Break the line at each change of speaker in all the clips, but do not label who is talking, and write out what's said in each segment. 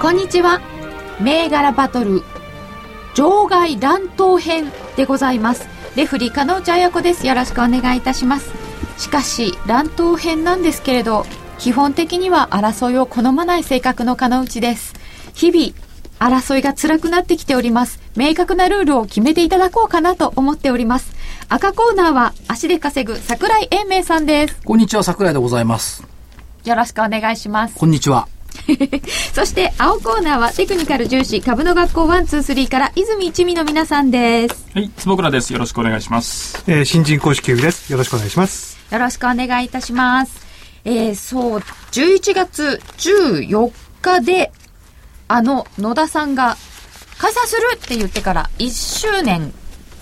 こんにちは銘柄バトル場外乱闘編でございますレフリー加納内彩子ですよろしくお願いいたしますしかし乱闘編なんですけれど基本的には争いを好まない性格の加納内です日々争いが辛くなってきております明確なルールを決めていただこうかなと思っております赤コーナーは足で稼ぐ桜井英明さんです
こんにちは桜井でございます
よろしくお願いします
こんにちは
そして青コーナーはテクニカル重視株の学校123から泉一味の皆さんです。
はい、坪倉です。よろしくお願いします。
えー新人公式予備です。よろしくお願いします。
よろしくお願いいたします。えー、そう、11月14日で、あの野田さんが解散するって言ってから1周年、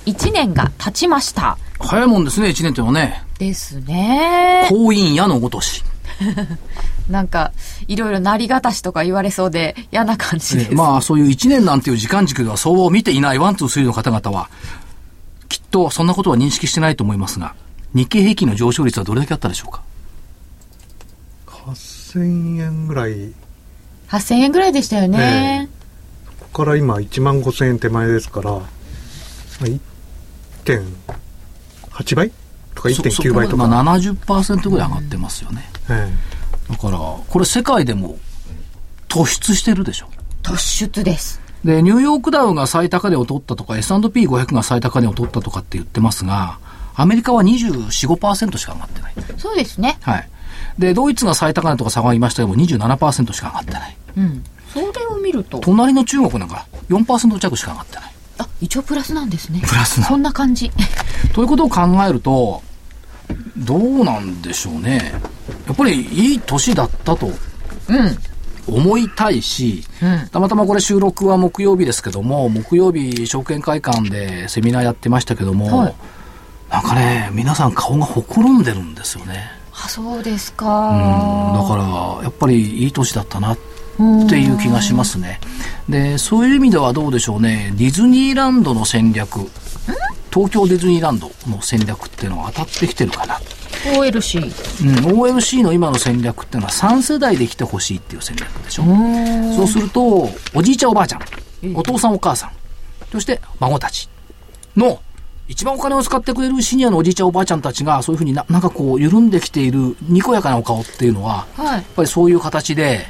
1年が経ちました。
早いもんですね1年というのはね
ですね。
行員矢のごとし、
なんか、いろいろなりがたしとか言われそうで嫌な感じです。
えまあそういう1年なんていう時間軸では相場を見ていないワンツースリーの方々はきっとそんなことは認識してないと思いますが日経平均の上昇率はどれだけあったでしょうか
8000円ぐらい、
8000円ぐらいでしたよね。
ここから今1万5000円手前ですから、まあ1.8倍とか
そ
1.9倍と
そま
か。
あ70%ぐらい上がってますよね、
え
だからこれ世界でも突出してるでしょ
突出です。
で、ニューヨークダウが最高値を取ったとか、S&P500 が最高値を取ったとかって言ってますが、アメリカは24、5%しか上がってない。
そうですね。
はい。で、ドイツが最高値とか下がりましたけども、27%しか上がってない。
うん。それを見ると、
隣の中国なんか4%弱しか上がってない。
あ、一応プラスなんですね。
プラスな
そんな感じ。
ということを考えると、どうなんでしょうね。やっぱりいい年だったと
うん。
思いたいし、
うん
たまたまこれ収録は木曜日ですけども、木曜日証券会館でセミナーやってましたけども、
はい
なんかね、皆さん顔がほころんでるんですよね。
あ、そうです
うん、だ
か。
から、やっぱりいい年だったなっ
うん
ていう気がしますね。で、そういう意味ではどうでしょうね、ディズニーランドの戦略、東京ディズニーランドの戦略っていうのが当たってきてるかな。
OLC。
うん、OMC の今の戦略っていうのは3世代で来てほしいっていう戦略でしょ。そうすると、おじいちゃんおばあちゃん、お父さんお母さん、そして孫たちの、一番お金を使ってくれるシニアのおじいちゃんおばあちゃんたちが、そういうふうにな、なんかこう、緩んできている、にこやかなお顔っていうのは、やっ
はい。
ぱりそういう形で、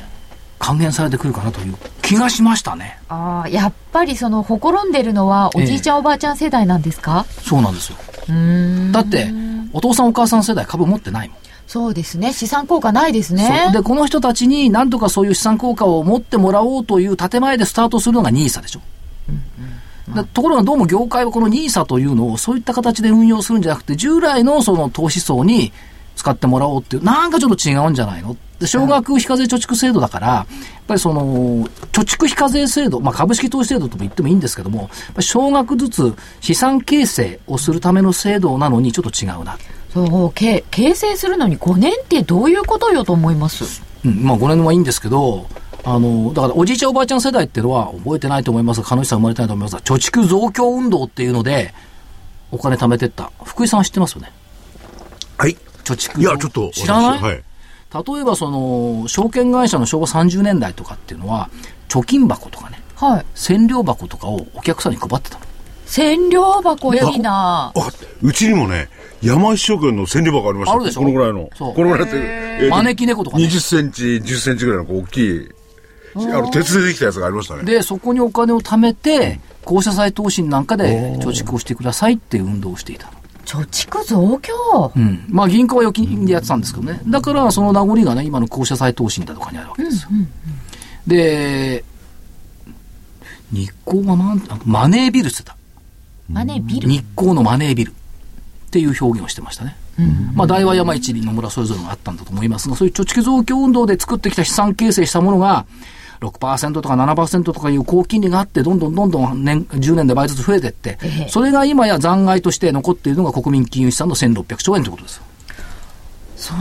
還元されてくるかなという気がしましたね。
ああ、やっぱりその、ほころんでるのは、おじいちゃん、おばあちゃん世代なんですか
そうなんですよ。
うーん。
だって、お父さんお母さん世代株持ってないもん。
そうですね。資産効果ないですね
そう。で、この人たちになんとかそういう資産効果を持ってもらおうという建前でスタートするのが NISA でしょ。だところがどうも業界はこの NISA というのをそういった形で運用するんじゃなくて、従来のその投資層に使ってもらおうっていう、なんかちょっと違うんじゃないので少額非課税貯蓄制度だから、やっぱりその、貯蓄非課税制度、まあ、株式投資制度とも言ってもいいんですけども、やっぱり少額ずつ資産形成をするための制度なのにちょっと違うな。
そう、け形成するのに5年ってどういうことよと思います。
うん、まあ5年はいいんですけど、あの、だからおじいちゃんおばあちゃん世代っていうのは覚えてないと思いますが、彼女さん生まれてないと思いますが、貯蓄増強運動っていうので、お金貯めてった。福井さんは知ってますよね。
はい。
貯蓄
いや、ちょっと。
知らない、
私はい。
例えばその、証券会社の昭和30年代とかっていうのは、貯金箱とかね、
はい。
占領箱とかをお客さんに配ってたの。
占領箱いいな
あ、うちにもね、山石証券の千里箱ありました。
あるでしょ
このぐらいの。
そう
このぐらいってえーと。
招き猫とかね。
20センチ、10センチぐらいのこう大きい、あの、鉄でできたやつがありましたね。
で、そこにお金を貯めて、公社債投資なんかで貯蓄をしてくださいっていう運動をしていたの。
貯蓄増強
う。ん、まあ銀行は預金でやってたんですけどね、だからその名残がね、今の公社債投信だとかにあるわけですよ。で、日光はなんあマネービルって言ってた。
マネービル。
日光のマネービルっていう表現をしてましたね。まあ、大和山一里野村それぞれがあったんだと思いますが、そういう貯蓄増強運動で作ってきた資産形成したものが、6%とか7%とかいう高金利があって、どんどんどんどん年10年で倍ずつ増えていって、それが今や残骸として残っているのが国民金融資産の1600兆円ということですよ。
そう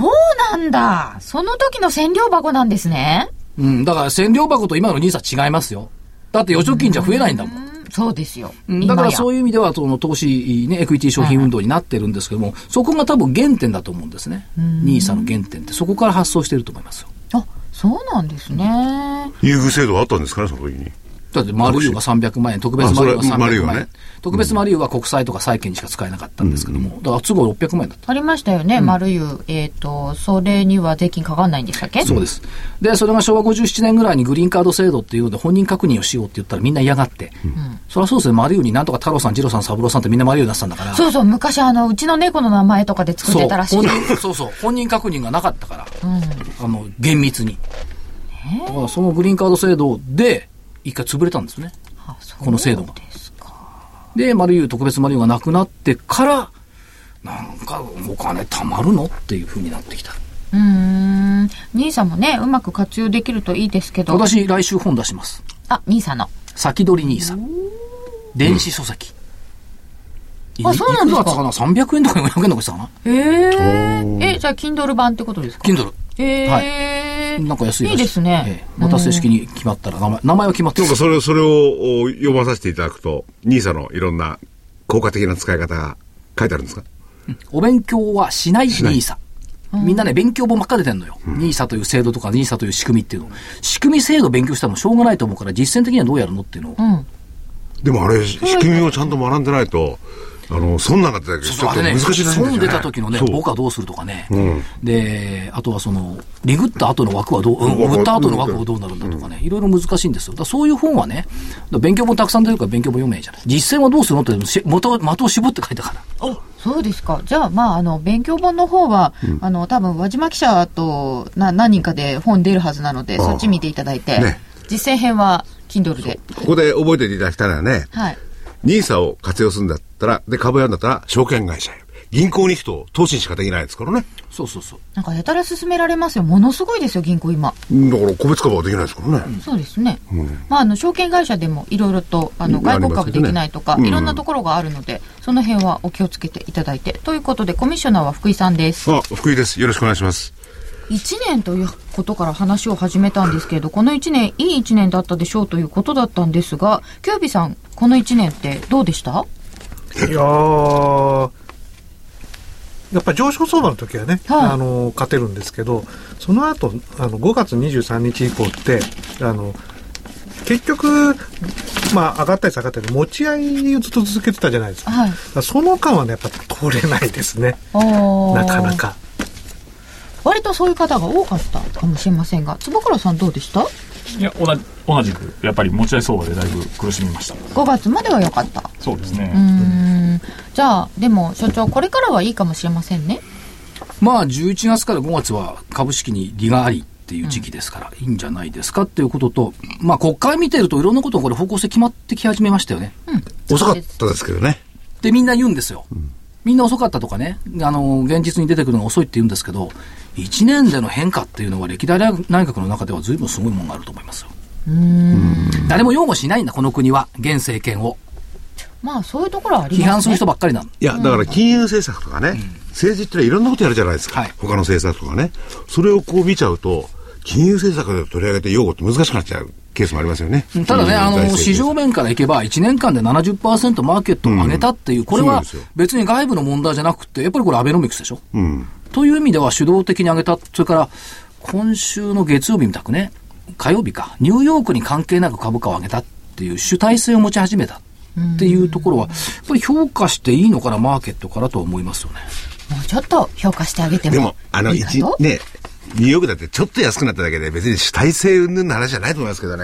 なんだ。その時の占領箱なんですね。
うん、だから占領箱と今のニーサ違いますよ。だって預貯金じゃ増えないんだもん。
そうですよ。
うんだからそう
い
いう意味では、その投資、ね、エクイティ商品運動になってるんですけども、そこが多分原点だと思うんですね。ニーサの原点って、そこから発想してると思いますよ。
あ、そうなんですね。
優遇制度はあったんですかね、その時に。
だって、マルユが300万円、特別マルユが
あそれマル
300
ユは
万
ね
円。特別マルユは国債とか債券にしか使えなかったんですけども、だから都合600万円だった。
ありましたよね、丸湯。えっ、と、それには税金かかんないんでしたっけ
そうです。で、それが昭和57年ぐらいにグリーンカード制度っていうので本人確認をしようって言ったらみんな嫌がって、そりゃそうですよ、マルユになんとか太郎さん、二郎さん、三郎さんってみんなマルユ出したんだから。
そうそう、昔あの、うちの猫の名前とかで作ってたらしい。
そう本人そうそう本人確認がなかったから、あの厳密にだからそのグリーンカード制度で一回潰れたんですね
あそう
この制度が
ですか。
でマルユ特別マルユがなくなってからなんかお金貯まるのっていうふうになってきた
うーん。兄さんもね、うまく活用できるといいですけど。
私来週本出します
あ、兄さんの。
先取り兄さん電子書籍、い
あそうなんですか
いくらだったかな300円とか400円とかしたかな
えー、え、じゃあ、Kindle 版ってことですか
Kindle
え
は
ー
なんか安いらし
いいですね。
ええまた正式に決まったら名前名前は決まって
な
ま
ん
す
かそれ、それをお読まさせていただくと、ニーサのいろんな効果的な使い方が書いてあるんですか
お勉強はしない NISA。みんなね、勉強本ばっか出てんのよ。NISA という制度とか NISA という仕組みっていうの。仕組み制度勉強したのしょうがないと思うから、実践的にはどうやるのっていうのを。
でもあれ、仕組みをちゃんと学んでないと、あの、損なんかってたけど、ちょっ
あ
と
れね、
難しいらしいんですよね。
損出た時のね、
そう
僕はどうするとかね。で、あとはその、リグった後の枠はどう、うん、
うん
売った後の枠はどうなるんだとかね、いろいろ難しいんですよ。だからそういう本はね、だから勉強本たくさん出るから勉強本読めないじゃない。実践はどうするのって、し元を的を絞って書いたから。
そうですか。じゃあ、まあ、あの、勉強本の方は、あの、多分、和島記者とな何人かで本出るはずなので、
ああ
そっち見ていただいて、
ね
実践編は Kindle で。
ここで覚えていただきたいのはね、
はい。
ニーサを活用するんだったら、で、株やるんだったら、証券会社へ。銀行に人を投資しかできないですからね。
そうそうそう。
なんか、やたら勧められますよ。ものすごいですよ、銀行今。
だから、個別株はできないですからね。
そうですね。まあ、あの、証券会社でもいろいろと、あの、
うんあ
外
ります
国株できないとか、
けどね
いろんなところがあるので、その辺はお気をつけていただいて。ということで、コミッショナーは福井さんです。
あ、福井です。よろしくお願いします。
1年ということから話を始めたんですけれど、この1年、いい1年だったでしょうということだったんですが、キュービさん、この1年ってどうでした
いやーやっぱ上昇相場の時はね、
はい
あの勝てるんですけどその後あの5月23日以降ってあの結局、まあ、上がったり下がったり持ち合いをずっと続けてたじゃないですか,、
はい
その間はねやっぱ取れないですね
な
なかな。か
割とそういう方が多かったかもしれませんが、坪倉さんどうでした
いや、同じ同じく、やっぱり持ち合い相場でだいぶ苦しみました。
?5 月までは良かった。
そうです
うー
ね。
ん。じゃあ、でも、所長、これからはいいかもしれませんね。
まあ、11月から5月は株式に利がありっていう時期ですから、いいんじゃないですかっていうことと、まあ、国会見てるといろんなことがこれ方向性決まってき始めましたよね。
遅かったですけどね。
で、みんな言うんですよ。みんな遅かったとかね、あの、現実に出てくるのが遅いって言うんですけど、1年での変化っていうのは歴代内閣の中では随分すごいものがあると思いますよ。誰も擁護しないんだ、この国は、現政権を。
まあ、そういうところはあります
批
ね。
判する人ばっかりなの。
いや、だから金融政策とかね、政治ってのはいろんなことやるじゃないですか。
はい
他の政策とかね。それをこう見ちゃうと、金融政策で取り上げて用語って難しくなっちゃうケースもありますよね。
ただね、あ
財政
の、市場
政
面からいけば、1年間で70%マーケットを上げたっていう、これ
そうなん
は
ですよ
別に外部の問題じゃなくて、やっぱりこれアベノミクスでしょ
策うん。
という意味では主導的に上げた。それから、今週の月曜日みたくね、火曜日か、ニューヨークに関係なく株価を上げたっていう主体性を持ち始めたっていうところは、やっぱり評価していいのかな、マーケットからとは思いますよね。
もうちょっと評価してあげても
でも、あの、
いいか
一
と、
ね、ニューヨークだってちょっと安くなっただけで別に主体性云々の話じゃないと思いますけどね。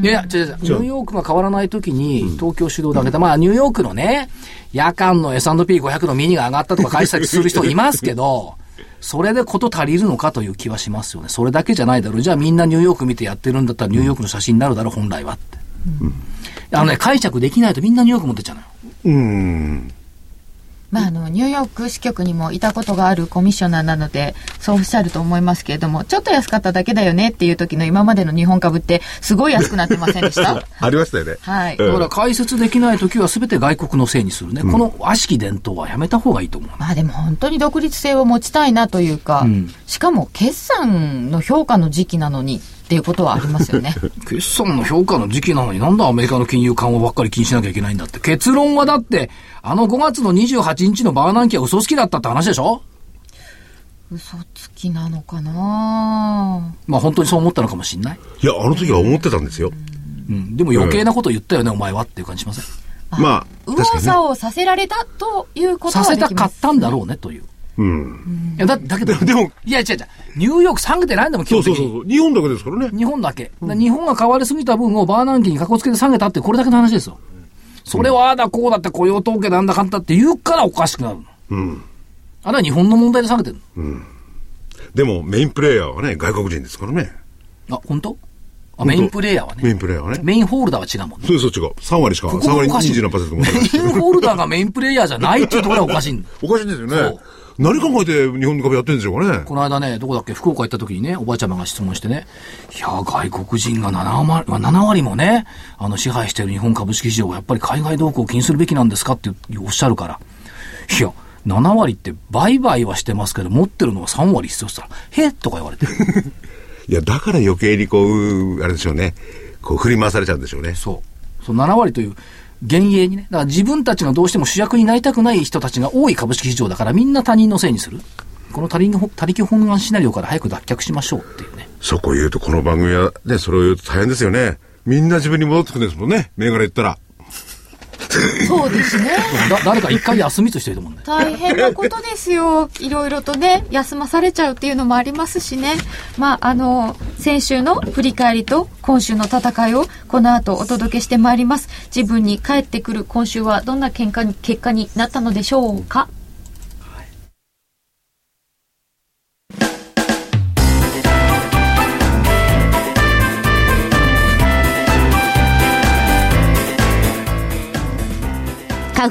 いや、違う違う、ニューヨークが変わらないときに、東京主導で上げた、まあ、ニューヨークのね、夜間の S&P500 のミニが上がったとか、解説する人いますけ ど、それでこと足りるのかという気はしますよね。それだけじゃないだろう。じゃあみんなニューヨーク見てやってるんだったら、ニューヨークの写真になるだろう、本来はって。あのね、解釈できないとみんなニューヨーク持ってっちゃうのよ。
うん。
まあ、あのニューヨーク支局にもいたことがあるコミッショナーなのでそうおっしゃると思いますけれどもちょっと安かっただけだよねっていう時の今までの日本株ってすごい安くなってませんでした
ありましたよね。
はい、
うん
だから解説できないときは全て外国のせいにするね、この悪しき伝統はやめた方がいいと思うな
まあでも本当に独立性を持ちたいなというか、
ん
しかも決算の評価の時期なのにっていうことはありますよね
決算の評価の時期なのになんだアメリカの金融緩和ばっかり気にしなきゃいけないんだって。結論はだって、あの5月の28日のバーナンキは嘘つきだったって話でしょ
嘘つきなのかな
まあ本当にそう思ったのかもしんない。
いや、あの時は思ってたんですよ。
うん。でも余計なこと言ったよね、お前はっていう感じしません。
まあ、
右
確か
往
にね。
左往させられたということ
さ
は
せ
で
た
き
か
ま
っ
す
たんだろうね、という。
うん。
いや、だ、だけど、
でも、
いや違う違う。ニューヨーク下げてないんだもん、基
そう
本
そ
的
う
に。
そう。日本だけですからね。
日本だけ。日本が買われすぎた分をバーナンキにかこつけて下げたって、これだけの話ですよ。それはああだこうだって雇用統計なんだかんだって言うからおかしくなるの。
うん。
あれは日本の問題で下げてる
でも、メインプレイヤーはね、外国人ですからね。
の。あ、本当あ、メインプレイヤーは
メイ
ね。
ンプレイヤーはね。
メインホールダーは違うもんね。
そうそう、違う。3割しか、
こ
3
こが
割
おかしい。メ
27%持ってない。
インホールダーがメインプレイヤーじゃないっていうところがおかしいんだ。
おかしいですよ
そう
ね。何考えて日本の株やってるんでしょうかね。
この間ね、どこだっけ、福岡行った時にね、おばあちゃまが質問してね、いや、外国人が7割、まあ7割もね、あの、支配している日本株式市場はやっぱり海外動向を気にするべきなんですかっておっしゃるから、いや、7割って売買はしてますけど、持ってるのは3割必要って言ったら、へっとか言われて。
いや、だから余計にこう、あれでしょうね。こう、振り回されちゃうんでしょうね。
そう。その7割という、幻影にね。だから自分たちがどうしても主役になりたくない人たちが多い株式市場だから、みんな他人のせいにする。この他人の、他力本願シナリオから早く脱却しましょうっていうね。
そこ言うと、この番組はね、それを言うと大変ですよね。みんな自分に戻ってくるんですもんね。銘柄言ったら。
そうですね
だ誰か一回休みとしてると思うんだよ
大変なことですよ。いろいろとね、休まされちゃうっていうのもありますしね。まあ、あの、先週の振り返りと今週の戦いをこの後お届けしてまいります。自分に帰ってくる今週はどんな喧嘩に結果になったのでしょうか
花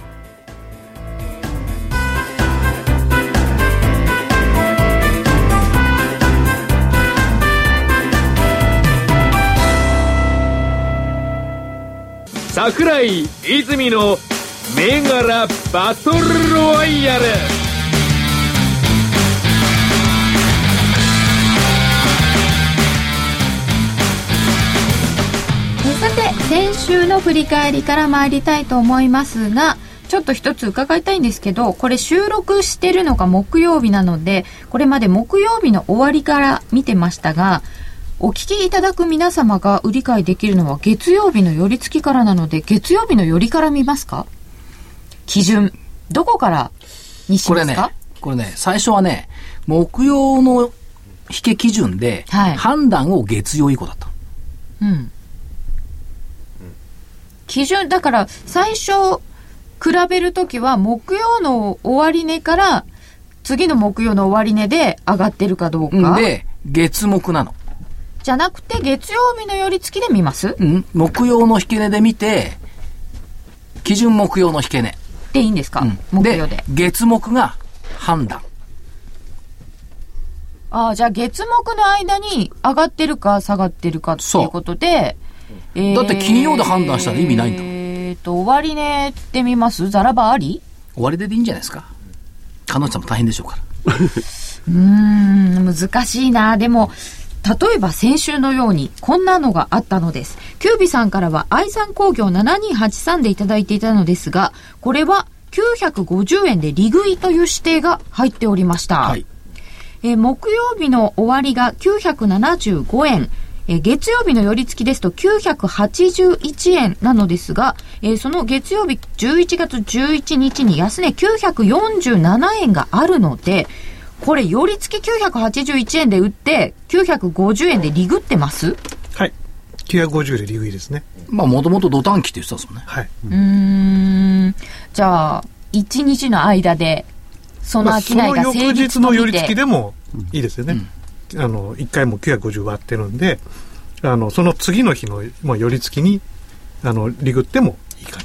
桜井泉の銘柄バトルロワイヤル
さて、先週の振り返りから参りたいと思いますが、ちょっと一つ伺いたいんですけど、これ収録してるのが木曜日なので、これまで木曜日の終わりから見てましたが、お聞きいただく皆様が売り買いできるのは月曜日の寄り付きからなので、月曜日の寄りから見ますか基準、どこからにし
こ
ま
れ
す
ね
か、
これね、最初はね、木曜の引け基準で、
はい
判断を月曜以降だった。
うん。基準、だから最初比べるときは木曜の終値から次の木曜の終値で上がってるかどう
うん
か。
で、月目なの。
じゃなくて月曜日の寄り付きで見ます
うん木曜の引け値で見て、基準目標の引け値。
でいいんですか、
うん
目標で。
月目が判断。
ああ、じゃあ月目の間に上がってるか下がってるかっていうことで、えー
だって金曜で判断したら意味ないんだもん
えーと、終値ってみますザラバあり
終わりででいいんじゃないですか。彼女さんも大変でしょうから。
うーん、難しいな。でも、例えば先週のように、こんなのがあったのです。キュービさんからは、愛産工業7283でいただいていたのですが、これは950円で利食いという指定が入っておりました。
はい
えー木曜日の終わりが975円。えー月曜日の寄り付きですと981円なのですが、えーその月曜日11月11日に安値947円があるので、これ寄り付き981円で売って、950円でリグってます
はい。950でリグイですね。
まあ、もともとドタンキって言ってたんですもんね。
はい。
うーん。じゃあ、1日の間で、その
まあ
商いが
その
成
翌
立
日
と
の
見
寄り付き
て、
でもいいですよね。あの、1回も950割ってるんで、あの、その次の日の、まあ、寄り付きに、あの、リグってもいいか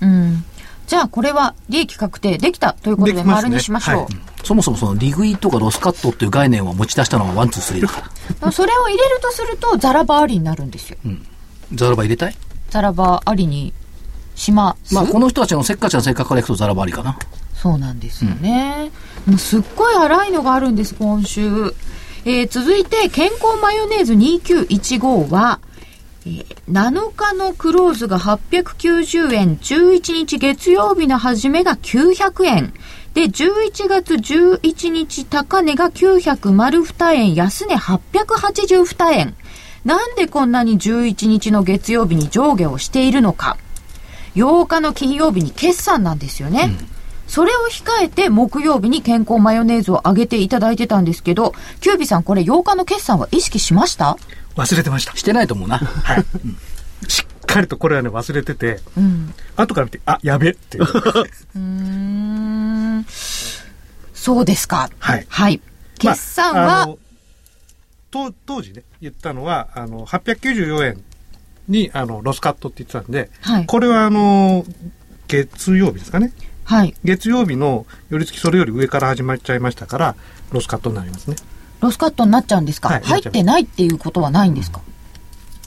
な
うん。じゃあ、これは利益確定できたということ
で
で、
きますね
丸にしましょう。
はい
そもそもその利食いとかロスカットっていう概念を持ち出したのはワンツースリーだから。
でもそれを入れるとすると、ザラバありになるんですよ。
ザラバ入れたい
ザラバありにします。
まあ、この人たちのせっかちな性格からいくとザラバありかな。
そうなんですよね。もうすっごい荒いのがあるんです、今週。えー続いて、健康マヨネーズ2915は、えー7日のクローズが890円、11日月曜日の始めが900円。で、11月11日高値が902円、安値882円。なんでこんなに11日の月曜日に上下をしているのか。8日の金曜日に決算なんですよね。それを控えて木曜日に健康マヨネーズを上げていただいてたんですけど、キュービさんこれ8日の決算は意識しました
と。忘れてました。
してないと思うな。
しっかりとこれはね、忘れてて、
うん。
後から見て、あ、やべっていう。
うん。そうですか。
はい
はい。 決算
まああ
は
の、と当時ね、言ったのは、あの、894円に、あの、ロスカットって言ってたんで、
はい
これは、あの、月曜日ですかね。
はい。
月曜日の寄り付きそれより上から始まっちゃいましたから、ロスカットになりますね。
ロスカットになっちゃうんですか、
はい
入ってないっていうことはないんですか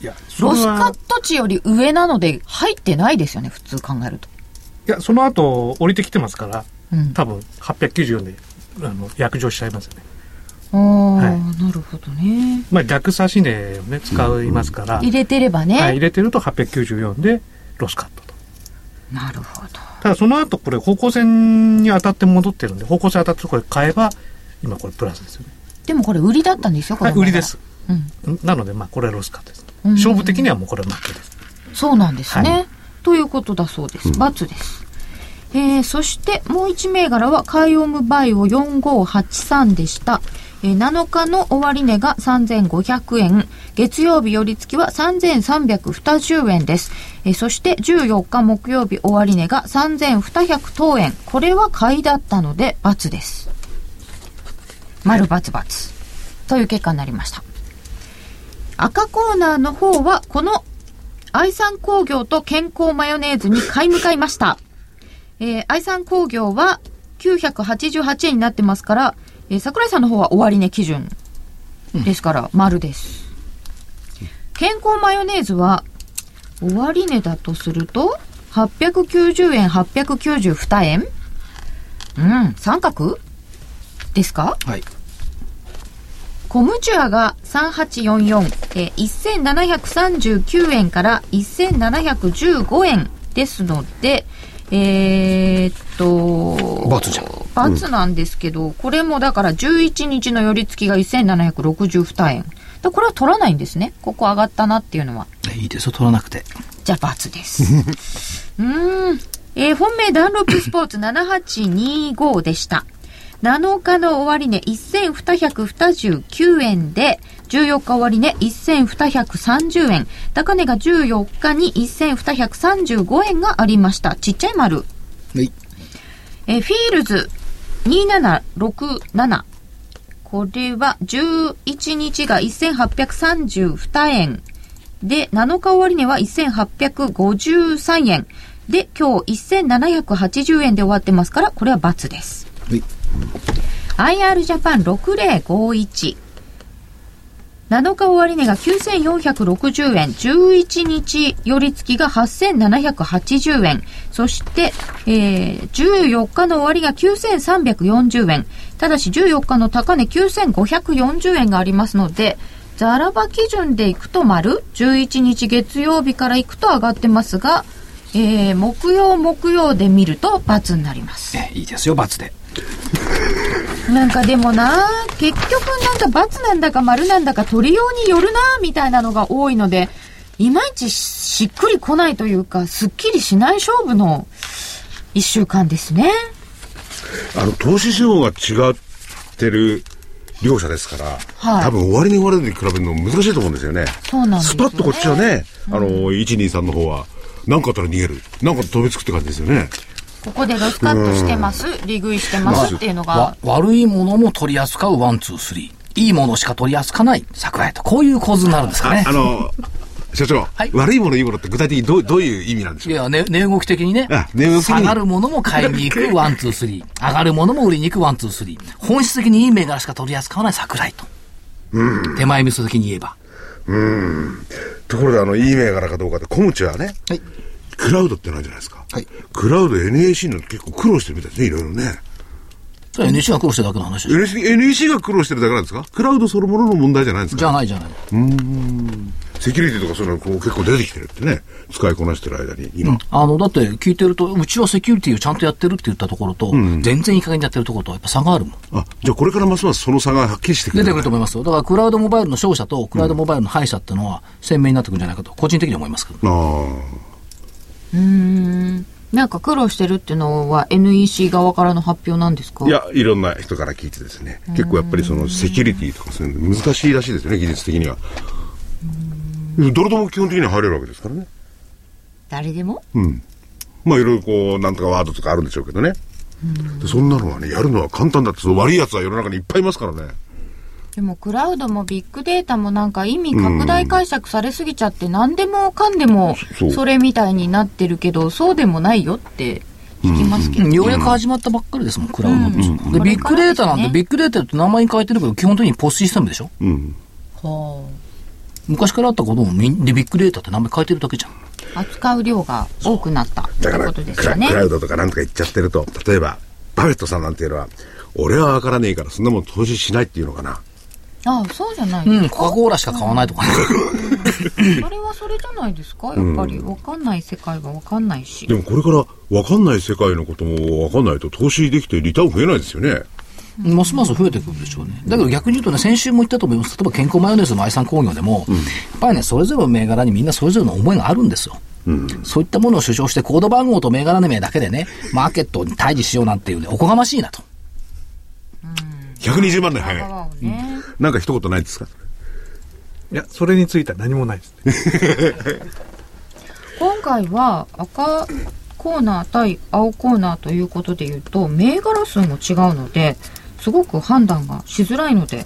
いや、
ロス
それ
カ
は
ット値より上なので入ってないですよね、普通考えると。
いや、その後、降りてきてますから、
うん。
多分、894で、あの、約定しちゃいますよね。
ああ、
はい
なるほどね。
まあ、逆差し値をね、使いますから、
入れてればね。
はい、入れてると894で、ロスカットと。
なるほど。
ただその後これ方向線に当たって戻ってるんで方向線当たってこれ買えば今これプラスですよね、
でもこれ売りだったんですよ、こ
は
れ
い、売りです
うん。
なのでまあこれはロスカットです、
うん
勝負的にはもうこれは負けです
そうなんですね。
は
ということだそうです。×です。えー、そしてもう1銘柄はカイオムバイオ4583でした。えー、7日の終値が3500円。月曜日寄り付きは3320円です。えー、そして14日木曜日終値が3200等円。これは買いだったので×です。丸××という結果になりました。赤コーナーの方はこの愛産工業と健康マヨネーズに買い向かいました。 えー、愛産工業は988円になってますから、えー桜井さんの方は終値基準ですから、丸です。健康マヨネーズは終値だとすると、890円、892円うん、三角ですか
はい。
コムチュアが3844、えー、1739円から1715円ですので、えーっと、
バツじゃん
バツなんですけど、これもだから11日の寄り付きが1762円。だこれは取らないんですね。ここ上がったなっていうのは。
いいですよ、取らなくて。
じゃあ、×です。 うーん。えー本命ダンロップスポーツ7825でした。7日の終値1229円で、14日終値1230円、高値が14日に1235円がありました。ちっちゃい丸。
はい。
えーフィールズ2767。これは11日が1832円。で、7日終値は1853円。で、今日1780円で終わってますから、これは×です。
はい
IR ジャパン6051。7日終値が9460円、11日寄り付きが8780円、そして、えー、14日の終わりが9340円、ただし14日の高値9540円がありますので、ザラバ基準でいくと丸、11日月曜日からいくと上がってますが、えー、木曜木曜で見ると×になります。
えいいですよ、罰で。
なんかでもな結局なんか×なんだか丸なんだか取りようによるなみたいなのが多いので、いまいちしっくりこないというか、すっきりしない勝負の一週間ですね。
あの、投資手法が違ってる両者ですから、
はい
多分終わりに終わりに比べるの難しいと思うんですよね。
そうなんです
ス
よね
パッとこっちはね、あの、123の方は、なんかあったら逃げる。なんか飛びつくって感じですよね。
ここでロスカットしてます、利食いしてますっていうのが
わ、悪いものも取り扱うワン、ツー、スリー。いいものしか取り扱わない桜井と、こういう構図になるんですかね
あ。の、社長、
い
悪いものいいものって具体的にどうどういう意味なんでし
い
ょう
や、ね、値動き的にね
あ値動。きに
下がるものも買いに行く、ワン、ツー、スリー。上がるものも売りに行く、ワン、ツー、スリー。本質的にいい銘柄しか取り扱わない桜井と。手前味噌的に言えば。
ところで、あの、いい銘柄かどうかって、小ムチはね、
はい。
クラウドってないじゃないですか。
はい
クラウド NAC の結構苦労してるみたいですね、いろいろね。
それ NC が苦労してるだけの話でしょ。
NAC, NAC が苦労してるだけなんですかクラウドそのものの問題じゃないんですか
じゃないじゃない。
セキュリティとかそういうのこう結構出てきてるってね、使いこなしてる間に、今。
あの、だって聞いてると、うちはセキュリティをちゃんとやってるって言ったところと、全然いい加減にやってるところと、やっぱ差があるもん。
あ、じゃあこれからますますその差がはっきりしてくる。
出てくると思いますよ。だから、クラウドモバイルの勝者と、クラウドモバイルの敗者っていうのは、鮮明になってくるんじゃないかと、個人的には思いますけど。
ああ。
なんか苦労してるっていうのは NEC 側からの発表なんですか
いや、いろんな人から聞いてですね、結構やっぱりそのセキュリティとかそういうの難しいらしいですよね、技術的には。どれとも基本的には入れるわけですからね。
誰でも
まあいろいろこう、なんとかワードとかあるんでしょうけどね。でそんなのはね、やるのは簡単だって、その悪い奴は世の中にいっぱいいますからね。
でもクラウドもビッグデータもなんか意味拡大解釈されすぎちゃって何でもかんでも
そう
それみたいになってるけどそうでもないよって聞きますけど、
ようやく始まったばっかりですもん、クラウドっていうのはで、
こ
ビ
れ
ッ
から
グデータなん
で
て、
すね
ビッグデータって名前に変えてるけど、基本的にポスシステムでしょ
うん。
は
昔からあったこともみん、でビッグデータって名前変えてるだけじゃん。
あ扱う量が多くなったって
だか
こ
ら
とで
ク
すよ
ラ、
ね
クラウドとかなんとか言っちゃってると、例えば、バフェットさんなんていうのは、俺はわからねえから、そんなもん投資しないっていうのかな。
ああそうじゃないで
うん、
す
コカ・
か、
コーラしか買わないとかね。
それはそれじゃないですかやっぱり分かんない世界が分かんないし
でもこれから、わかんない世界のこともわかんないと、投資できてリターン増えないですよね。
ますます増えてくるでしょうね。だけど逆に言うとね、先週も言ったと思います。例えば健康マヨネーズの愛産工業でも、やっぱりね、それぞれの銘柄にみんなそれぞれの思いがあるんですよ。そういったものを主張してコード番号と銘柄名だけでね、マーケットに対峙しようなんていうね、おこがましいなと。
120万年早い。
川をね、
なんか一言ないですか
いや、それについては何もないですね。
今回は赤コーナー対青コーナーということで言うと銘柄数も違うのですごく判断がしづらいので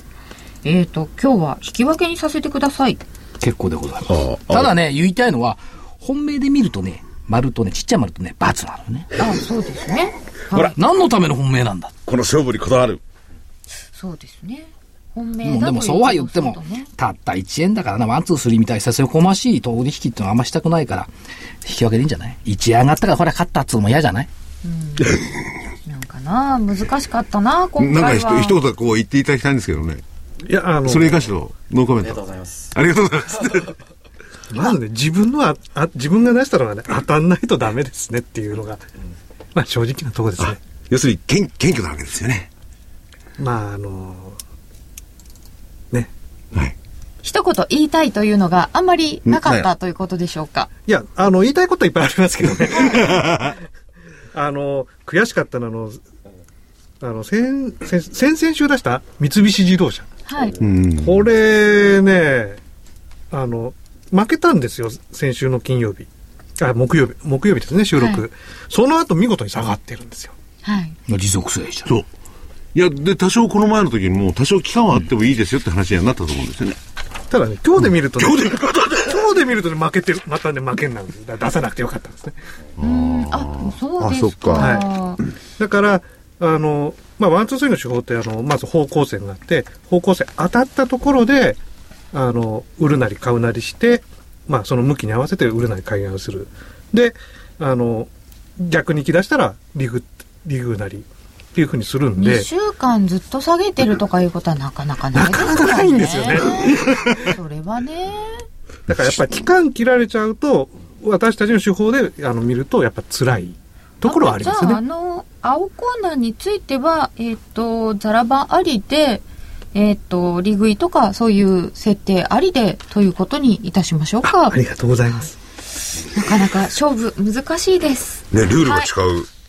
えー、と今日は引き分けにさせてください
結構でございます。
あ
ただね、言いたいのは、本命で見るとね、丸とね、ちっちゃい丸とね、×なのね。
あそうですね
ほら
い、
何のための本命なんだ
この勝負にこだわる。
そうですね本
も
命
う
だ
で
と
もそうは言っても
そうだね、
たった1円だからな、ワン、ツー、スリーみたいにさせこましい取引っていうのはあんましたくないから、引き分けでいいんじゃない ?1 円上がったからこれは勝ったっつうのも嫌じゃない
なんかな難しかったな今
なんか
回
ひ
は
と一言こう言っていただきたいんですけどね。
いや、あの、
それに関してのノーコメント。ありがとうございます。
まずね、自分のああ、自分が出したのはね、当たんないとダメですねっていうのが、まあ正直なところですね。
要するに謙謙虚なわけですよね。
まあ、あの、ね。
はい。
一言言いたいというのがあんまりなかったということでしょうか
いや、あの、言いたいことはいっぱいありますけどね。 あの、悔しかったのは、あの、あの先先先々週出した三菱自動車。
はい
うん。
これね、あの、負けたんですよ、先週の金曜日。あ、木曜日、木曜日ですね、収録。
はい
その後見事に下がってるんですよ。
はい
持続性じゃん。
そう。いや、で、多少この前の時にも、多少期間はあってもいいですよって話にはなったと思うんですよね。
ただね、今日で見るとね、今日でローで見るとね負けてる、またね、負けになるんです。だから出さなくてよかったんですね。
うんあそうですか
あ
だから、あの、まあ、ワン、ツー、スリーの手法って、あの、まず方向線があって、方向線当たったところで、あの、売るなり買うなりして、まあ、その向きに合わせて売るなり買いなりする。で、あの、逆に行き出したら、リグ、リグなり、っていうふうにするん
2
で、
週間ずっと下げてるとかいうことはなかなかないですからね。
ないんで すよね。
それはね。
だからやっぱり期間切られちゃうと、私たちの手法で、あの、見ると、やっぱ辛いところはあります
じゃあ、
よ
あ
ね。
の、青コーナーについては、えっ、と、ザラバありで、えっ、と、利食いとか、そういう設定ありで、ということにいたしましょうか。
ありがとうございます。
なかなか勝負難しいです。
ね、ルールが違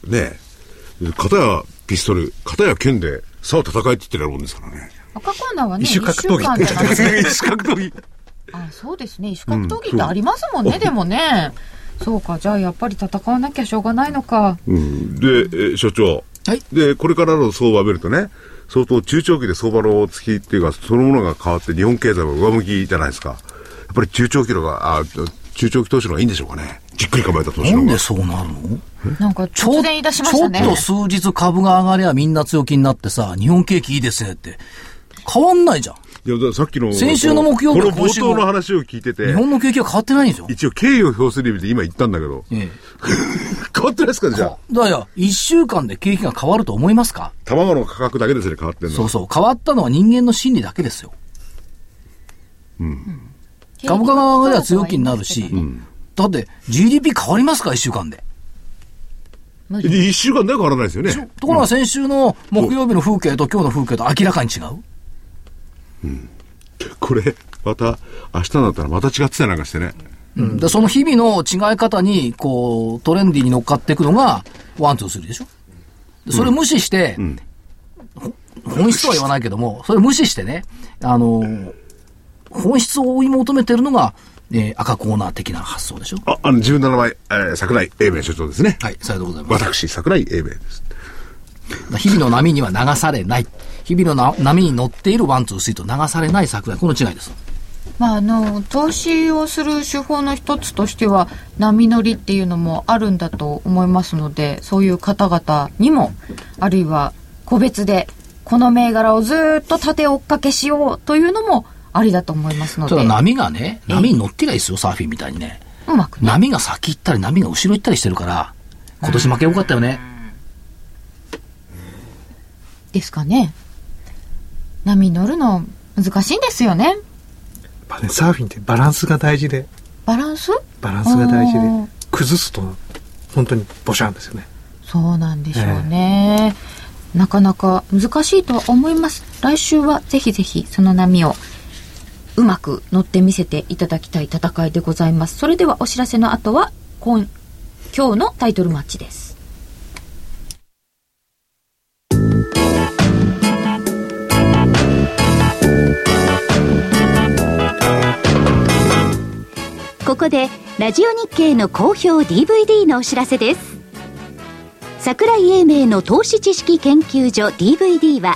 う、ね、片やピストル、片や剣で、さあ戦えって言ってるもんですからね。
赤コーナーはね、
一種格闘技って
一
言
週
っちゃっ
間だ
てま
か
す
ら
ね。
あ、そうですね。一種格闘技ってありますもんね、でもね。そうか、じゃあやっぱり戦わなきゃしょうがないのか。
うん、で、えー所長、
はい
で、これからの相場を見るとね、相当中長期で相場の月っていうか、そのものが変わって日本経済は上向きじゃないですか。やっぱり中長期のが、あ中長期投資の方がいいんでしょうかね。じっくり構えた投資
な
の
ん
方
で
が。
そうなるの
なんか
ちょ
突然言い出しましたね。
ちょっと数日株が上がりゃみんな強気になってさ、日本景気いいですねって。変わんないじゃん。
いや、だからさっきの、
先週の木曜日
この
今
冒
週の
頭の話を聞いてて
日、本の景気は変わってないんですよ。
一応敬意を表する意味で今言ったんだけど、
ええ。
変わってないですかね、じゃあ。
だから、一週間で景気が変わると思いますか
卵の価格だけですね、変わってんのは。
そうそう。変わったのは人間の心理だけですよ。株価が上がりゃ強気になるし、だって GDP 変わりますか一週間で。
で一週間では変わらないですよね。
ところが先週の木曜日の風景と今日の風景と明らかに違う。
これ、また、明日になったらまた違ってたりなんかしてね。
で、その日々の違い方に、こう、トレンディーに乗っかっていくのが、ワン、ツー、スリーでしょでそれ無視して、ほ本質とは言わないけども、それ無視してね、あのー本質を追い求めてるのが、えー赤コーナー的な発想でしょ
あ、あの、17倍、えー桜井英明所長ですね。
はい、さようでございます。
私、桜井英明です。
日々の波には流されない。日々のな波に乗っているワン、ツー、スリーと流されない桜井。この違いです。
まあ、あの投資をする手法の一つとしては波乗りっていうのもあるんだと思いますのでそういう方々にもあるいは個別でこの銘柄をずーっと縦追っかけしようというのもありだと思いますの
た
で
だ波がね、波に乗ってりゃいいですよ、サーフィンみたいにね。
うまくね
波が先行ったり波が後ろ行ったりしてるから、今年負け多かったよね。
ですかね波乗るの難しいんですよね
やっぱねサーフィンってバランスが大事で、
バランス
バランスが大事
あ
で
ー、
崩すと、本当にボシャンですよね。
そうなんでしょうね、なかなか難しいとは思います来週はぜひぜひその波をうまく乗ってみせていただきたい戦いでございますそれではお知らせの後は今今日のタイトルマッチです
ここでラジオ日経の好評 DVD のお知らせです桜井英明の投資知識研究所 DVD は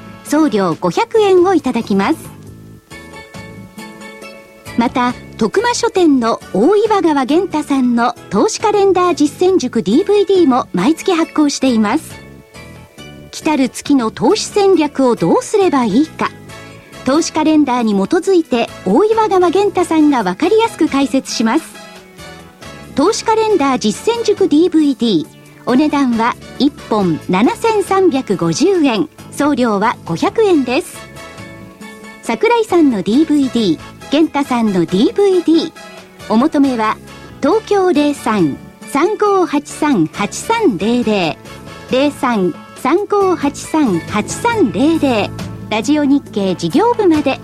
送料500円をいただきますまた徳間書店の大岩川源太さんの投資カレンダー実践塾 DVD も毎月発行しています来たる月の投資戦略をどうすればいいか投資カレンダーに基づいて大岩川源太さんが分かりやすく解説します投資カレンダー実践塾 DVD お値段は1本7350円送料は500円です桜井さんの DVD 源太さんの DVD お求めは東京03-3583-8300 03-3583-8300ラジオ日経事業部まで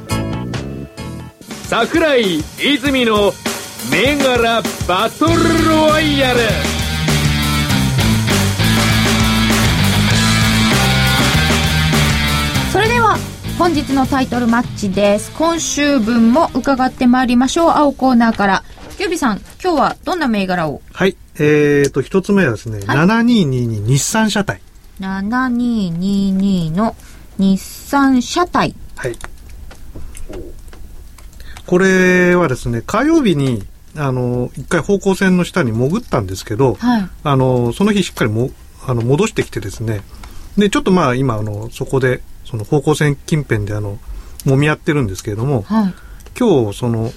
桜井泉の銘柄バトルロワイヤル
それでは本日のタイトルマッチです今週分も伺ってまいりましょう青コーナーからキュービさん今日はどんな銘柄を
はい。えーと、一つ目はですね、7222日産車体。
7222の日産車体
はい。これはですね、火曜日に、あの、一回方向線の下に潜ったんですけど、
はい
あの、その日しっかりも、あの、戻してきてですね、で、ちょっとまあ今、あの、そこで、その方向線近辺で、あの、揉み合ってるんですけれども、
はい
今日、その、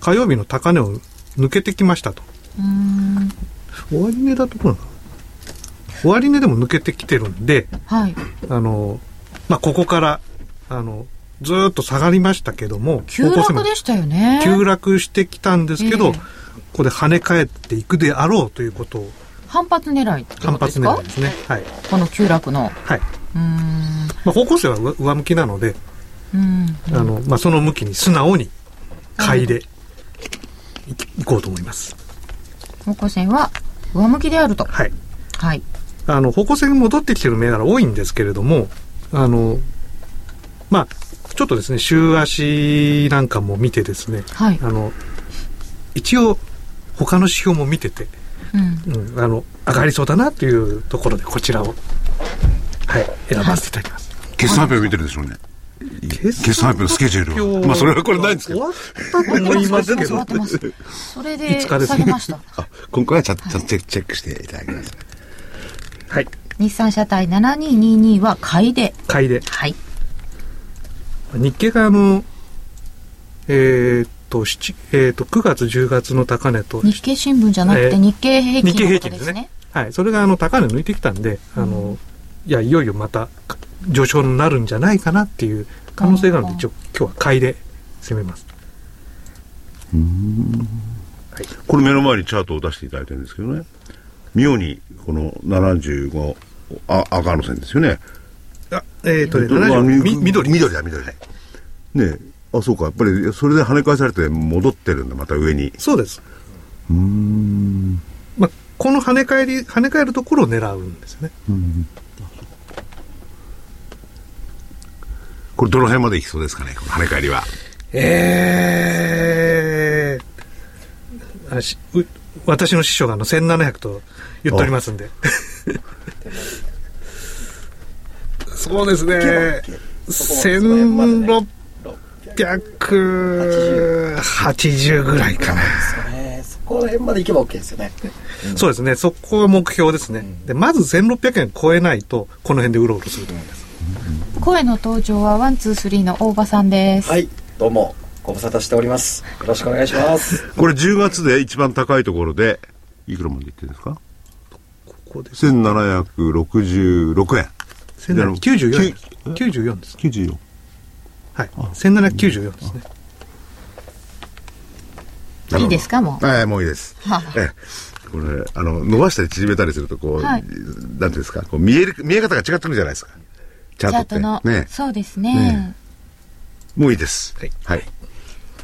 火曜日の高値を抜けてきましたと。
うーん
終値だところなの終値でも抜けてきてるんで、
はい
あの、まあ、ここから、あの、ずーっと下がりましたけども、
急
方向性も
落でしたよね。
急落してきたんですけど、
ええ
ここで跳ね返っていくであろうということを
反発狙いってこ
反
とで
発
すか
狙いですね。はい。
この急落の。
はい。
うーん。
まあ、方向性は上上向きなので、
うん。
あの、まあ、その向きに素直に買いでいきいこうと思います。
方向線は上向きであると。
はい。
はい。
あの、方向性に戻ってきてる銘柄多いんですけれども、あの、まあ、ちょっとですね、週足なんかも見てですね、
はい
あの、一応、他の指標も見てて、
うん。
うん、あの、上がりそうだなというところで、こちらを、はい、選ばせていただきます。
決算発表見てるでしょうね。決算発表のスケジュールを。まあ、それはこれないんですけど。
終わったと思います け
終わ
ど
っ、てます。それ
い
で
つかです
下
ね
げました。
あ、今回はちゃんちゃんとチェックチェックしていただきます。
はい、
日産車体7222は買いで。
買いで。
はい。
日経があの、えーっと、七えーっと、9月、10月の高値と、
日経新聞じゃなく
え
て
ー
日経平
日経
均のこと
平均
で
ですす
ね
ね。。はい。それが、あの、高値抜いてきたんで、あの、いや、いよいよまたか上昇になるんじゃないかなっていう可能性があるので、一応、今日は買いで攻めます。
これ目の前にチャートを出していただいてるんですけどね。妙に、この75、あ、赤の線ですよね。
あえーっとね、
あ
70み緑。
緑だ、緑だ。ねえあ、そうか。やっぱり、それで跳ね返されて戻ってるんだ、また上に。
そうです。まあ、この跳ね返り、跳ね返るところを狙うんですよね。
これどの辺まで行きそうですかね、この跳ね返りは。
えーあしう私の師匠があの1700と言っておりますんで。 そうですね。1680ぐらいかな。
えーそこら辺まで行けば OK ですよね。
そうですね。そこは目標ですね。で、まず1600円超えないと、この辺でうろうろすると思います。
声の登場はワンツースリーの大場さんです、
はい、どうも、ご無沙汰しております。よろしくお願いします。
これ10月で一番高いところで、いくらまで行ってるんですか
ここです。
1766円。
1794円です。94です。
94。
はい。1794ですね。
いいですかもう。
はい、もういいです。
は
ええこれ、あの、伸ばしたり縮めたりすると、こう、
はい
なんていうんですか、こう見える、見え方が違ってくるじゃないですか。チャ
チャ
ー
ー
ト
ト
っ
の、
て。ね
そうですね
ねもういいです。
はい
はい。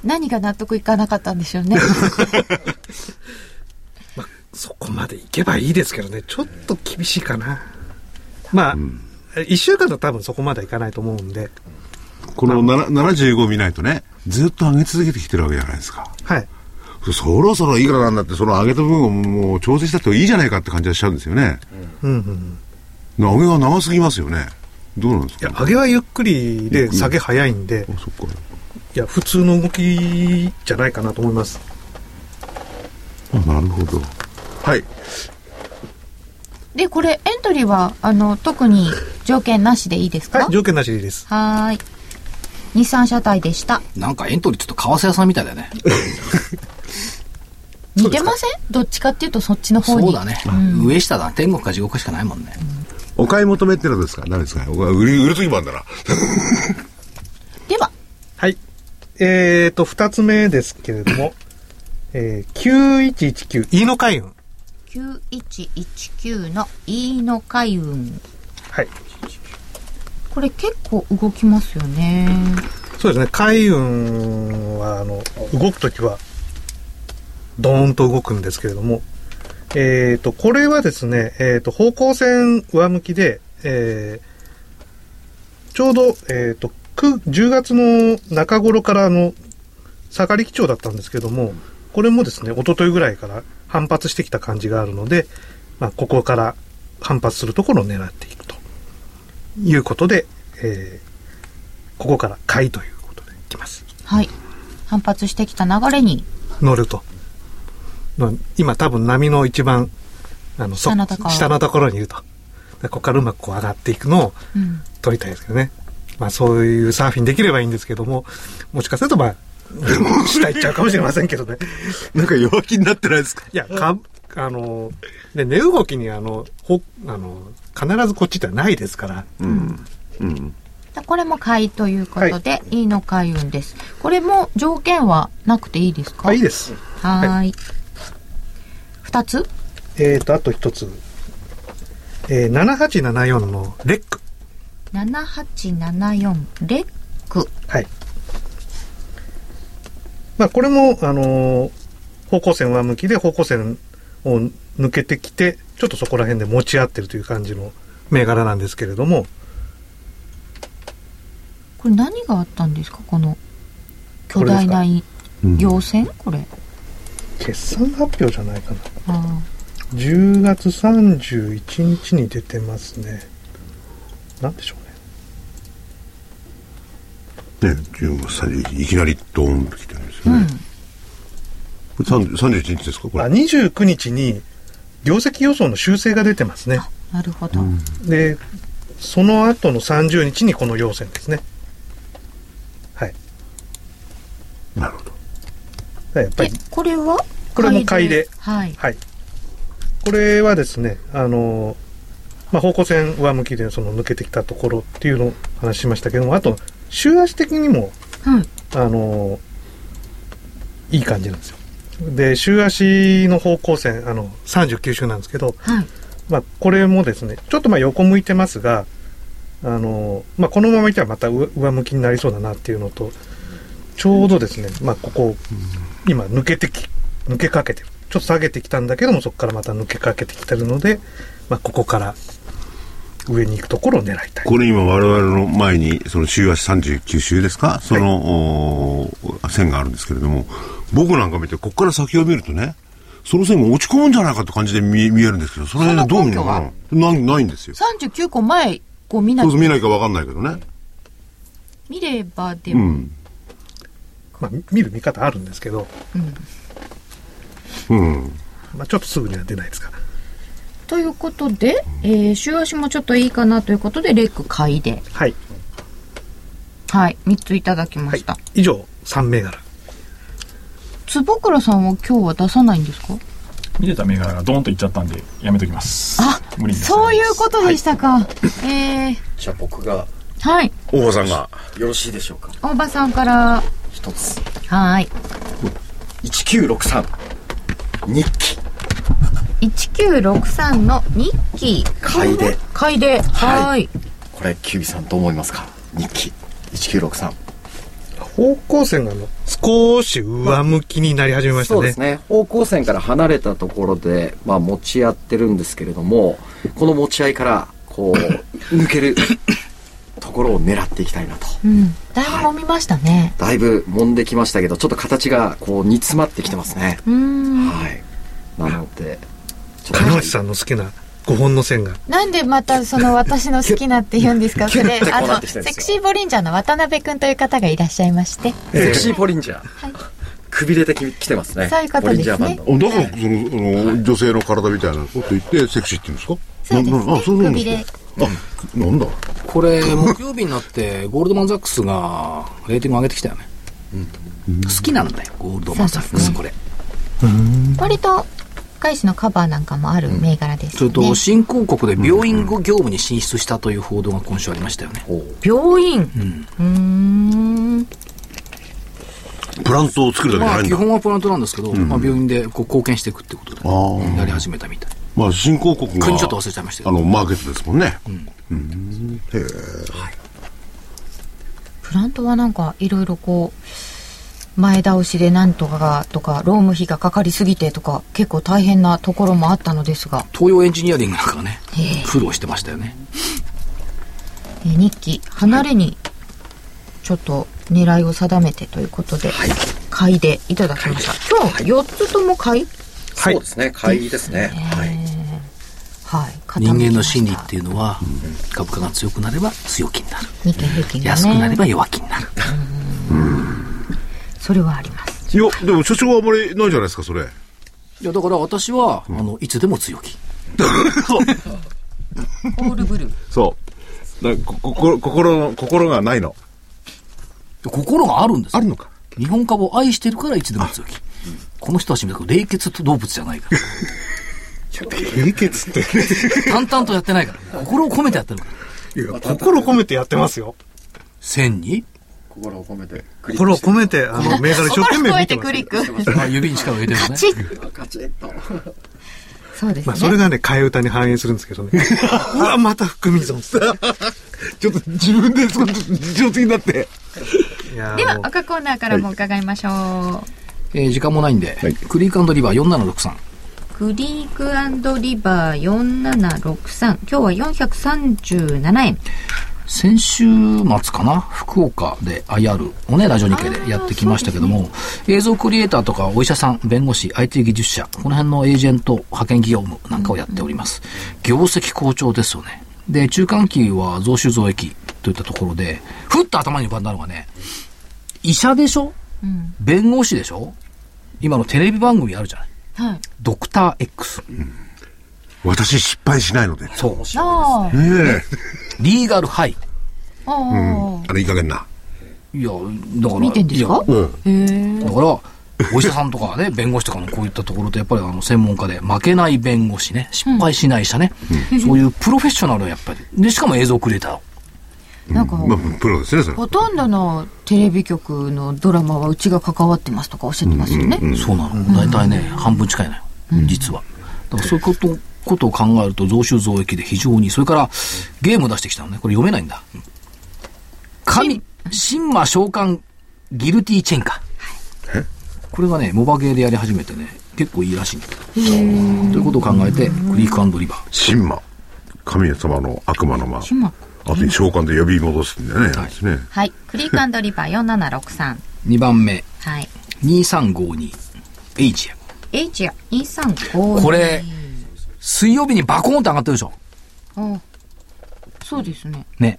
何が納得いかなかったんでしょうね
そこまでいけばいいですけどね、ちょっと厳しいかな。まあ、1週間だと多分そこまではいかないと思うんで、
このな75見ないとね、ずっと上げ続けてきてるわけじゃないですか。
はい。
そろそろいいからなんだって、その上げた部分をもう調整したっていいじゃないかって感じがしちゃうんですよね。
うんうん。
上げが長すぎますよね。どうなんです
いや
か、
上げはゆっくりで、下げ早いんで、
あ、そっか。
いや、普通の動きじゃないかなと思います。
あなるほど。はい。
で、これエントリーは、あの、特に条件なしでいいですか
はい、条件なしでいいです。
はーい。日産車体でした。
なんかエントリーちょっと為替屋さんみたいだよね。
似てませんどっちかっていうとそっちの方に。
そうだね。上下だ。天国か地獄しかないもんね。
お買い求めってのはどうですか何ですかお買い売り、売る時もあんだな。
では、
はい。えーと、2つ目ですけれども、えー、9119、飯野海運。
9119の飯野海運。
はい。
これ結構動きますよね。
そうですね、海運は、あの、動くときは、ドーンと動くんですけれども、えっ、と、これはですね、えっ、と、方向線上向きで、えーちょうど、えっ、と、く10月の中頃からあの、下がり基調だったんですけども、これもですね、一昨日ぐらいから反発してきた感じがあるので、まあ、ここから反発するところを狙っていくということで、えーここから買いということできます。
はい。反発してきた流れに、
乗ると。の今多分波の一番、あの、そ
下のところ
下のところにいると。でここからうまくこう上がっていくのを
うん、
撮りたいですけどね。まあそういうサーフィンできればいいんですけども、もしかするとまあ、下行っちゃうかもしれませんけどね。
なんか弱気になってないですか
いや、か、あの、ね、値動きにあの、ほ、あの、必ずこっちってないですから、
うん。
これも買いということで、い、いの開運です。これも条件はなくていいですか
あ、いいです。
はーい。二、つ
えっ、と、あと一つ。えー、7874のレック。
?7874 レック。
はい。まあ、これも、あのー方向線上向きで方向線を抜けてきて、ちょっとそこら辺で持ち合ってるという感じの銘柄なんですけれども、
これ何があったんですかこの巨大な行船これ。
決算発表じゃないかな。
あ
10月31日に出てますね。なんでしょうね。
ね、15歳でいきなりドーンと来てるんですよね。これ30 31日ですかこ
あ、
れ。
29日に、業績予想の修正が出てますね。
あ、なるほど。
で、その後の30日にこの要線ですね。はい。
なるほど。
やっぱ
で
り、、
これは
これも買いで。
はい。
はい。これはですね、あの、まあ、方向線上向きでその抜けてきたところっていうのを話しましたけども、あと、週足的にも、
はい。
あの、いい感じなんですよ。で、週足の方向線、あの、39週なんですけど、
はい。
まあ、これもですね、ちょっとまあ横向いてますが、あの、まあ、このままいたらまた上上向きになりそうだなっていうのと、ちょうどですね、まあ、ここ、今抜けてき、抜けかけてる。ちょっと下げてきたんだけども、そこからまた抜けかけてきてるので、まあ、ここから上に行くところを狙いたい。
これ今我々の前に、その週足39週ですかその、お線があるんですけれども、僕なんか見て、こっから先を見るとね、その線が落ち込むんじゃないかって感じで見見えるんですけど、その辺でどう見るのかなないないんですよ。
39個前、こう見な
そうそう
い。
見ないかわかんないけどね。
見ればで
う
も、
ん。
まあ、み見る見方あるんですけど、
うん。
まあ、ちょっとすぐには出ないですから。
ということで、えー、週足もちょっといいかなということで、レック買いで。
はい。
はい。3ついただきま
はい
した。。
以上、3銘柄。
坪倉さんは今日は出さないんですか
見てた銘柄がドーンといっちゃったんで、やめときます。
あ
無理に出さな
そう
い
い
です
うことでしたか。えー、
じゃあ僕が
はい。
大場さんが。
よろしいでしょうか
大場さんから、
一つ
はい。
1963日記
1963の日記。
買いで
買いで。は。
はいこれキュービさんどう思いますか日記1963
方向線があの少し上向きになり始めましたね。
そうですね方向線から離れたところで、まあ、持ち合ってるんですけれどもこの持ち合いからこう 抜けるところを狙っていきたいなと
うん。だいぶ揉みましたね。
だいぶ揉んできましたけどちょっと形がこう煮詰まってきてますね
うーん。
はいなのでちょっと
金内さんの好きな5本の線が。
なんでまたその私の好きなって言うんですかそれ
キュッてこ
あ
うなっ
の
てきて
セ
るんですよ
クシーボリンジャーの渡辺くんという方がいらっしゃいまして
セクシーポリンジャー、
い
くびれてきてますね
そういうこと
ポリ
で
ンジャ
すね
ーバンド
あだから、その、その、女性の体みたいなこと言って、セクシーって言うんですか
そうですね
ななあ、そうなん
くび
で
れ
すかあ、なんだ
これ、木曜日になって、ゴールドマン・ザックスがレーティング上げてきたよね。好きなんだよ、ゴールドマン・ザックス、
そうですね
これ。
割と外資のカバーなんかもある銘柄です
そ
よ
れ
ね、
と、新興国で病院業務に進出したという報道が今週ありましたよね。
病院うーん
プラントを作るだけじゃ
ま
な
あ、
いん
基
だ。
本はプラントなんですけど、まあ、病院でこう貢献していくってことで、
ああ
やり始めたみたい。
まあ、新興国が。
国ちょっと忘れちゃいましたけ
あ
ど。
の、マーケットですもんね。うん。へえ。
プラントはなんかいろいろこう前倒しでなんとかがとか労務費がかかりすぎてとか結構大変なところもあったのですが
東洋エンジニアリングなんかはね
ええ、
苦労してましたよね。
えー日記離れにちょっと狙いを定めてということで、買いでいただきました今日4つとも買い
はい
そうですね会議ですね、はい
はい
人間の心
傾き
理
ました
っていうのは、株価が強くなれば強気になる。
日経平均がね
安くなれば弱気になる。
それはあります
いや、でも社長はあんまりないじゃないですか、それ。
いや、だから私は、あの、いつでも強気。
オールブルー
そう。だこ心心の、心がないの。
心があるんですよ
あるのか。
日本株を愛してるからいつでも強気。この人はしみだけど冷血と動物じゃないから。
冷血って。
淡々とやってないから。心を込めてやってるから。
いや、心込めてやってますよ。
線に、
心を込めてクリッ
心を込めて、あ の、銘柄一生懸命
超え
見
て
てま
ク
すよ
リッ ク
まあ、指に力を入れてるね。
チッ
クカチッと
そうですね、
まあ、それがね、替え歌に反映するんですけ どね。うわ、また含み損。
ちょっと自分で、その、自動的になって。
いやー
では
もう
赤コーナーからも伺いましょう、
えー時間もないんで、
い
クリークリバー4763。
クリークリバー4763今日は437円
先週末かな福岡で IR をね、ラジオ日経でやってきましたけども、映像クリエイターとかお医者さん、弁護士、IT 技術者、この辺のエージェント、派遣業務なんかをやっております。業績好調ですよね。で、中間期は増収増益といったところで、ふっと頭に浮かんだのがね、医者でしょ、弁護士でしょ今のテレビ番組あるじゃない
はい
ドクター X。
私失敗しないので。
そう。
あー
ね
リーガルハイ。
あー、
え。あれ、いい加減な。
いや、だから。
見てんですか
いや
うん。
だから、お医者さんとかね、 弁護士とかのこういったところと、やっぱりあの、専門家で、負けない弁護士ね、失敗しない医者ね、そういうプロフェッショナルをやっぱり。で、しかも映像クリエイターを。
なんか、
まあ、プロですね、それ。
ほとんどのテレビ局のドラマはうちが関わってますとかおっしゃってますよね。
そうなの。大体ね、半分近いのよ。実は。だからそういうこと、ことを考えると、増収増益で非常に、それから、ゲームを出してきたのね。これ読めないんだ。神、神魔召喚ギルティーチェンか。これがね、モバゲーでやり始めてね、結構いいらしいんだということを考えて、クリークリバー。
神魔。神様の悪魔の魔。
今
あとに召喚で呼び戻すんだよね。ですね。
はい。クリークリバー4763。
2番目、
はい。
2352、エイジア。
H や235。
これ、水曜日にバコーンって上がってるでしょ。
お。そうですね。
ね。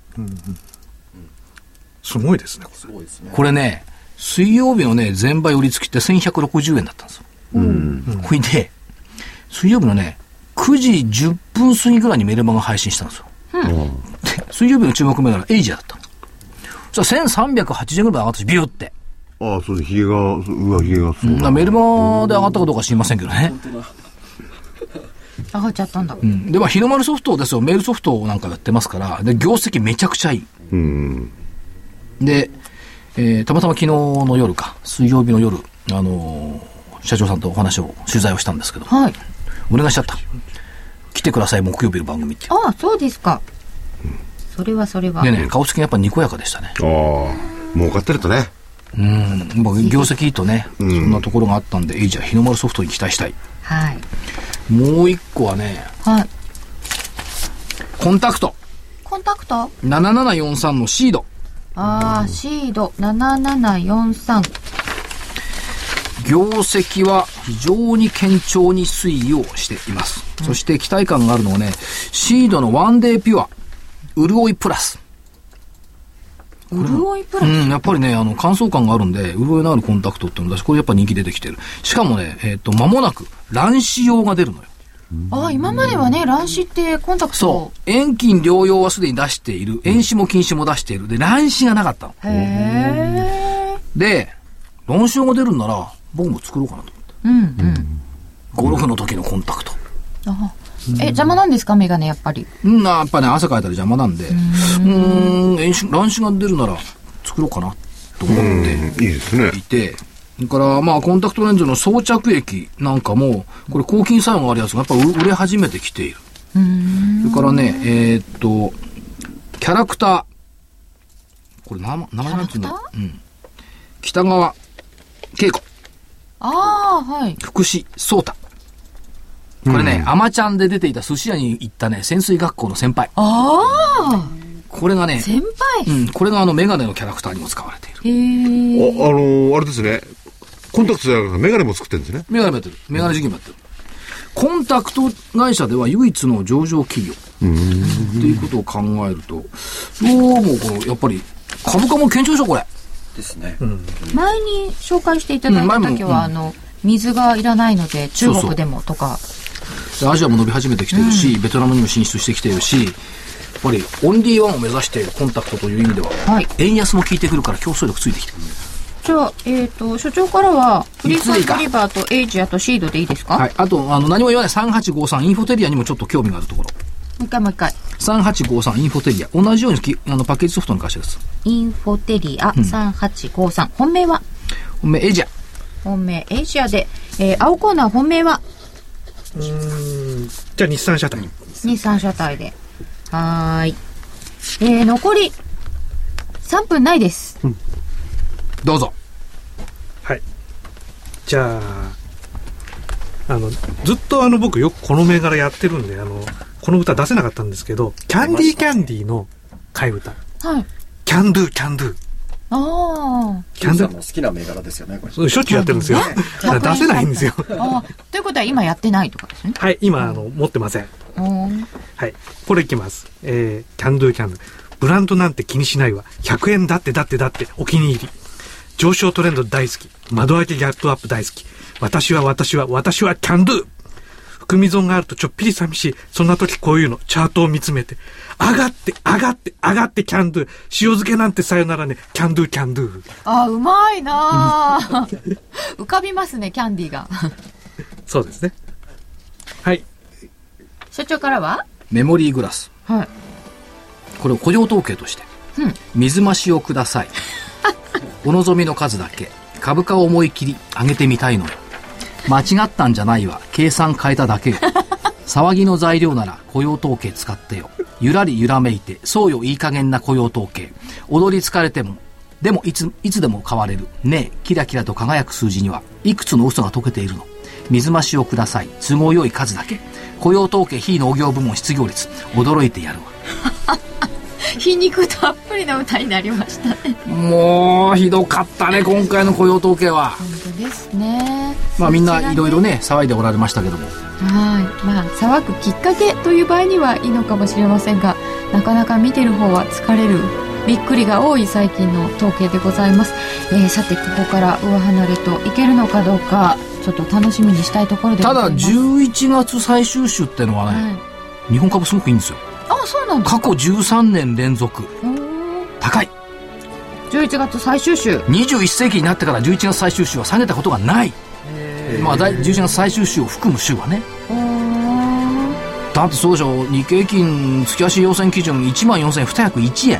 すごいですね、これ。
これね、水曜日のね、全売売り付きって1160円だったんですよ。これで、水曜日のね、9時10分過ぎぐらいにメルマガ配信したんですよ。で水曜日の注目銘柄、エイジアだったの。そしたら1380円ぐらいまで上がったし、ビューって。
ああ、そうです。ヒゲが、うわ、ヒゲがそ
だ
う
から
だ。
メルマガで上がったかどうかは知りませんけどね。
上がっちゃったんだ。
うんで、まあ、日の丸ソフトですよ、メールソフトなんかやってますから、で、業績めちゃくちゃいい。で、えーたまたま昨日の夜か、水曜日の夜、あのー社長さんとお話を、取材をしたんですけど、
はい。
お願いしちゃった。来てください、木曜日の番組って。
ああ、そうですか。それはそれは。
でね、顔つきがやっぱにこやかでしたね。
ああ、儲かってるとね。
うん。まあ、業績いいとね、そんなところがあったんで、いいじゃん、日の丸ソフトに期待したい。
はい。
もう一個はね、
はい。
コンタクト。
コンタクト
7743のシード。
ああ、シード7743。
業績は非常に堅調に推移をしています。そして期待感があるのはね、シードのワンデーピュア、潤いプラス。
潤いプラ
う
ス。
ん、やっぱりね、あの、乾燥感があるんで、潤いのあるコンタクトっていうのだし、これやっぱ人気出てきてる。しかもね、えっ、と、間もなく、卵子用が出るのよ。
ああ、今まではね、乱視ってコンタク
そう。
ト。
遠近療養はすでに出している。遠視も近視も出している。で、卵子がなかったの。
へえ。
で、卵子用が出るんなら、僕も作ろうかなと思って。
うんうん。
ゴルフの時のコンタクト。
あえ、邪魔なんですかメガネ、やっぱり。
うん、やっぱね、汗かいたり邪魔なんで、うーん、遠視乱視が出るなら作ろうかなと思っ
いいですね
てい。て、だから、まあ、コンタクトレンズの装着液なんかも、これ、抗菌作用があるやつが、やっぱ売売れ始めてきている。それからね、えーっと、キャラクター。これ、名前、名前なんていうんだろううん。北川稽古、
ああ、はい。
福士、蒼太。これね、アマちゃんで出ていた寿司屋に行ったね、潜水学校の先輩。
あ
これがね
あ、、先輩。
うん、これがあのメガネのキャラクターにも使われている。
へえ。
あのーあれですね。コンタクトじゃなくてメガネも作ってるんですね。
メガネもやってる。メガネ事業もやってる。コンタクト会社では唯一の上場企業。っていうことを考えると、どうもこの、やっぱり、株価も堅調でしょ、これ。
ですね。
前に紹介していただいた時は、あの、水がいらないので中国でもとか。
でアジアも伸び始めてきてるし、ベトナムにも進出してきてるし、やっぱりオンリーワンを目指しているコンタクトという意味では、
はい。
円安も効いてくるから競争力ついてきてる。
じゃあ、えっ、と、所長からは、フリーサイトリバーとエイジアとシードでいいですか、
はい。あと、あの、何も言わない3853インフォテリアにもちょっと興味があるところ。
もう一回もう一回。
3853インフォテリア。同じようにきあのパッケージソフトの会社です。
インフォテリア3853。本命は
おめえじゃ。
本命エイジアで、えー、青コーナー本命は
じゃあ日産車体。
日産車体で。はーい。えー、残り3分ないです。
どうぞ。
はい。じゃあ、あの、ずっとあの僕よくこの銘柄やってるんで、あの、この歌出せなかったんですけど、キャンディーキャンディーの替え歌。
はい。
キャンドゥ、キャンドゥ。
あ
キ
キ
ャ
ン
ン
さ
ド
んの好きな銘柄ですよね、これ。
ゥ、しょっちゅうやってるんですよ。だ から出せないんですよ。
あ。ああ。ということは今やってないとかですね。
はい、今、あの、持ってません。
おー
はい。これいきます。えー、キャンドゥキャンドゥ。ブランドなんて気にしないわ。100円だってだってだってお気に入り。上昇トレンド大好き。窓開けギャップアップ大好き。私は私は私はキャンドゥ含み損があるとちょっぴり寂しい。そんな時こういうの、チャートを見つめて。上がって、上がって、上がってキャンドゥ塩漬けなんてさよならね、キャンドゥキャンドゥ
あー、うまいなあ 浮かびますね、キャンディーが。
そうですね。はい。
所長からは
メモリーグラス。
はい。
これを雇用統計として。
うん
水増しをくださ い。お望みの数だけ。株価を思い切り上げてみたいのよ。間違ったんじゃないわ。計算変えただけ よ。騒ぎの材料なら雇用統計使ってよ。ゆらり揺らめいて、そうよいい加減な雇用統計。踊り疲れても、でもいつ、いつでも変われる。ねえ、キラキラと輝く数字には、いくつの嘘が解けているの。水増しをください。都合よい数だけ。雇用統計非農業部門失業率。驚いてやるわ。
皮肉たっぷりの歌になりましたね。
もうひどかったね今回の雇用統計は
本当ですね。
まあみんないろいろ
ね。
ね騒いでおられましたけども
はい。まあ、騒ぐきっかけという場合にはいいのかもしれませんが、なかなか見てる方は疲れる、びっくりが多い最近の統計でございます。えー、さて、ここから上離れといけるのかどうか、ちょっと楽しみにしたいところでご
た
ざ
だ
います。
11月最終週ってのはね、
はい。
日本株すごくいいんですよ
あ、そうなんだ。
過去13年連続
おー
高い
11月最終週。
21世紀になってから11月最終週は下げたことがないまあ第11月最終週を含む週はね
おー
だってそうでしょ日経金月足要請基準1万4201円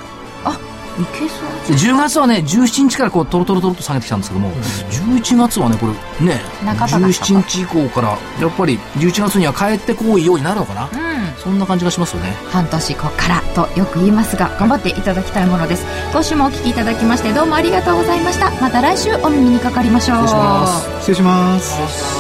いけそう。
で10月はね17日からこうトロトロトロっと下げてきたんですけども、11月はねこれね
半ば
17日以降からやっぱり11月には帰ってこいようになるのかな
うん。
そんな感じがしますよね
半年ここからとよく言いますが頑張っていただきたいものです今週もお聞きいただきましてどうもありがとうございましたまた来週お耳にかかりましょう
失礼します
失礼します。